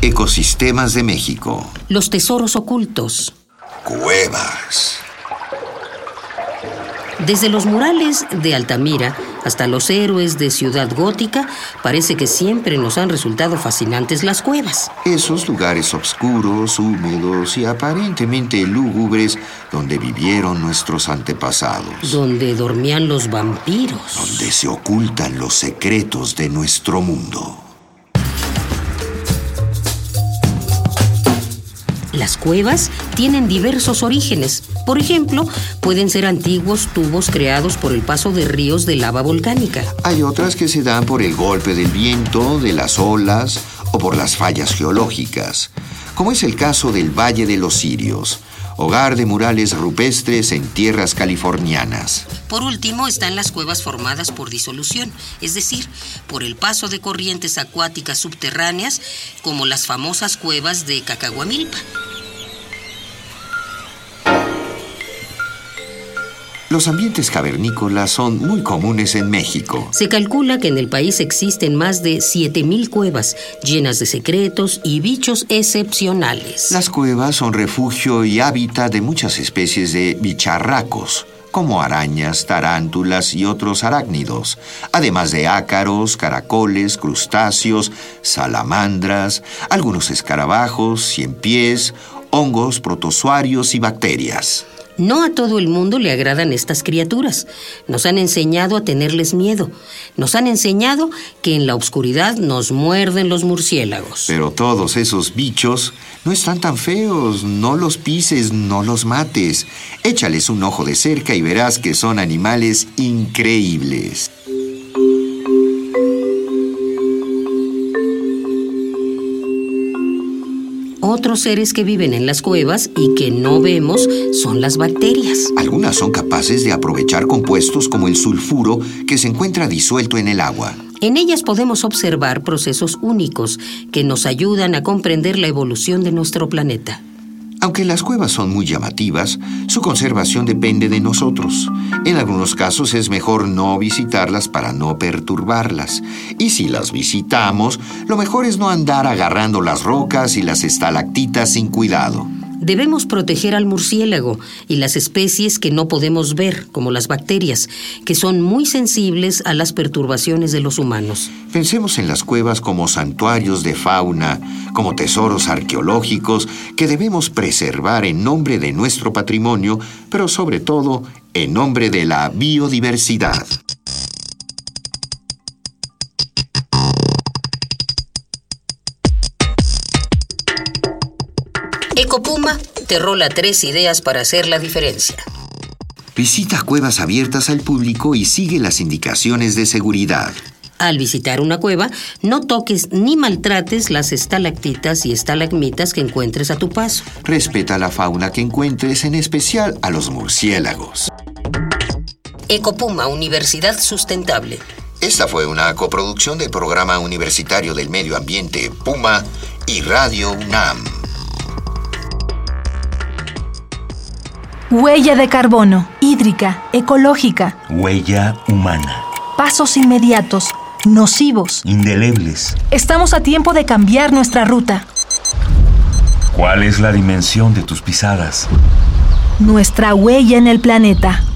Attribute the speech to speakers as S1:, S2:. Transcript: S1: Ecosistemas de México.
S2: Los tesoros ocultos.
S1: Cuevas.
S2: Desde los murales de Altamira hasta los héroes de Ciudad Gótica, parece que siempre nos han resultado fascinantes las cuevas.
S1: Esos lugares oscuros, húmedos y aparentemente lúgubres donde vivieron nuestros antepasados.
S2: Donde dormían los vampiros.
S1: Donde se ocultan los secretos de nuestro mundo.
S2: Las cuevas tienen diversos orígenes. Por ejemplo, pueden ser antiguos tubos creados por el paso de ríos de lava volcánica.
S1: Hay otras que se dan por el golpe del viento, de las olas o por las fallas geológicas, como es el caso del Valle de los Sirios, hogar de murales rupestres en tierras californianas.
S2: Por último, están las cuevas formadas por disolución, es decir, por el paso de corrientes acuáticas subterráneas, como las famosas cuevas de Cacahuamilpa.
S1: Los ambientes cavernícolas son muy comunes en México.
S2: Se calcula que en el país existen más de 7.000 cuevas llenas de secretos y bichos excepcionales.
S1: Las cuevas son refugio y hábitat de muchas especies de bicharracos, como arañas, tarántulas y otros arácnidos, además de ácaros, caracoles, crustáceos, salamandras, algunos escarabajos, cienpiés, hongos, protozoarios y bacterias.
S2: No a todo el mundo le agradan estas criaturas. Nos han enseñado a tenerles miedo. Nos han enseñado que en la oscuridad nos muerden los murciélagos.
S1: Pero todos esos bichos no están tan feos. No los pises, no los mates. Échales un ojo de cerca y verás que son animales increíbles.
S2: Otros seres que viven en las cuevas y que no vemos son las bacterias.
S1: Algunas son capaces de aprovechar compuestos como el sulfuro que se encuentra disuelto en el agua.
S2: En ellas podemos observar procesos únicos que nos ayudan a comprender la evolución de nuestro planeta.
S1: Aunque las cuevas son muy llamativas, su conservación depende de nosotros. En algunos casos es mejor no visitarlas para no perturbarlas. Y si las visitamos, lo mejor es no andar agarrando las rocas y las estalactitas sin cuidado.
S2: Debemos proteger al murciélago y las especies que no podemos ver, como las bacterias, que son muy sensibles a las perturbaciones de los humanos.
S1: Pensemos en las cuevas como santuarios de fauna, como tesoros arqueológicos que debemos preservar en nombre de nuestro patrimonio, pero sobre todo en nombre de la biodiversidad.
S2: Ecopuma te rola tres ideas para hacer la diferencia.
S1: Visita cuevas abiertas al público y sigue las indicaciones de seguridad.
S2: Al visitar una cueva, no toques ni maltrates las estalactitas y estalagmitas que encuentres a tu paso.
S1: Respeta la fauna que encuentres, en especial a los murciélagos.
S2: Ecopuma, Universidad Sustentable.
S1: Esta fue una coproducción del Programa Universitario del Medio Ambiente Puma y Radio UNAM.
S3: Huella de carbono. Hídrica, ecológica.
S4: Huella humana.
S3: Pasos inmediatos. Nocivos.
S4: Indelebles.
S3: Estamos a tiempo de cambiar nuestra ruta.
S4: ¿Cuál es la dimensión de tus pisadas?
S3: Nuestra huella en el planeta.